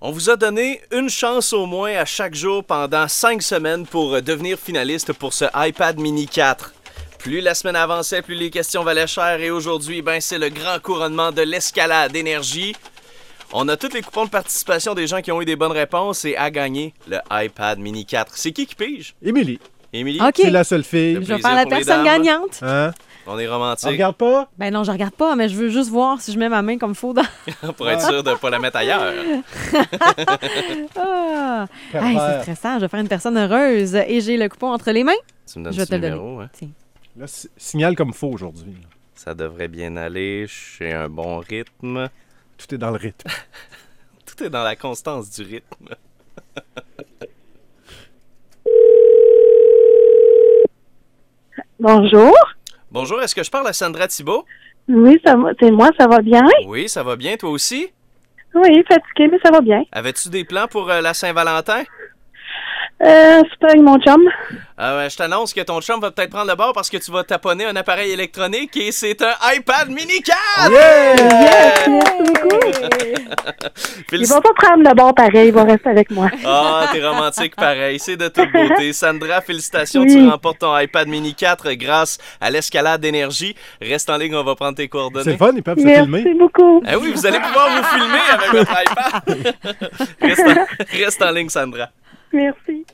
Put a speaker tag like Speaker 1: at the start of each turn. Speaker 1: On vous a donné une chance au moins à chaque jour pendant cinq semaines pour euh, devenir finaliste pour ce iPad mini 4. Plus la semaine avançait, plus les questions valaient cher et aujourd'hui, ben, c'est le grand couronnement de l'escalade d'énergie. On a tous les coupons de participation des gens qui ont eu des bonnes réponses et à gagner le iPad mini 4. C'est qui qui pige?
Speaker 2: Émilie,
Speaker 1: Émilie?
Speaker 3: OK.
Speaker 2: c'est la seule
Speaker 1: Le
Speaker 2: fille.
Speaker 3: Je vais
Speaker 1: plaisir
Speaker 3: faire la
Speaker 1: pour les
Speaker 3: personne
Speaker 1: dames.
Speaker 3: gagnante.
Speaker 2: Hein?
Speaker 1: On est
Speaker 2: On
Speaker 1: romantique
Speaker 2: regarde pas?
Speaker 3: Ben non, je regarde pas, mais je veux juste voir si je mets ma main comme faut dans.
Speaker 1: pour être sûr de ne pas la mettre ailleurs.
Speaker 3: Ah! Hey, c'est
Speaker 2: Pervers.
Speaker 3: stressant. Je vais faire une personne heureuse et j'ai le coupon entre les mains.
Speaker 1: Tu me donnes
Speaker 3: Je vais
Speaker 1: ce
Speaker 3: te le
Speaker 1: numéro, hein?
Speaker 2: Là, si- signale comme faux aujourd'hui. là.
Speaker 1: Ça devrait bien aller. J'ai un bon rythme.
Speaker 2: Tout est dans le rythme.
Speaker 1: Tout est dans la constance du rythme.
Speaker 4: Bonjour.
Speaker 1: Bonjour, est-ce que je parle à Sandra Thibault?
Speaker 4: Oui, ça va. C'est moi, ça va bien?
Speaker 1: Oui, ça va bien, toi aussi?
Speaker 4: Oui, fatiguée, mais ça va bien.
Speaker 1: Avais-tu des plans pour euh, la Saint-Valentin?
Speaker 4: Euh, c'est avec mon chum.
Speaker 1: Euh, je t'annonce que ton chum va peut-être prendre le bord parce que tu vas taponner un appareil électronique et c'est un iPad Euh, mini 4!
Speaker 2: Yeah!
Speaker 4: Yes, merci beaucoup. Il
Speaker 1: Félici-
Speaker 4: va pas prendre le bon pareil, il va rester avec moi.
Speaker 1: Ah, t'es romantique pareil, c'est de toute beauté. Sandra, félicitations, tu
Speaker 4: Oui.
Speaker 1: remportes ton iPad mini 4 grâce à l'escalade d'énergie. Reste en ligne, on va prendre tes
Speaker 2: C'est le
Speaker 1: coordonnées.
Speaker 2: fun, ils peuvent se
Speaker 4: Merci
Speaker 2: filmer.
Speaker 4: beaucoup.
Speaker 1: Ah oui, vous allez pouvoir vous filmer avec votre iPad. reste, en, reste en ligne, Sandra.
Speaker 4: Merci.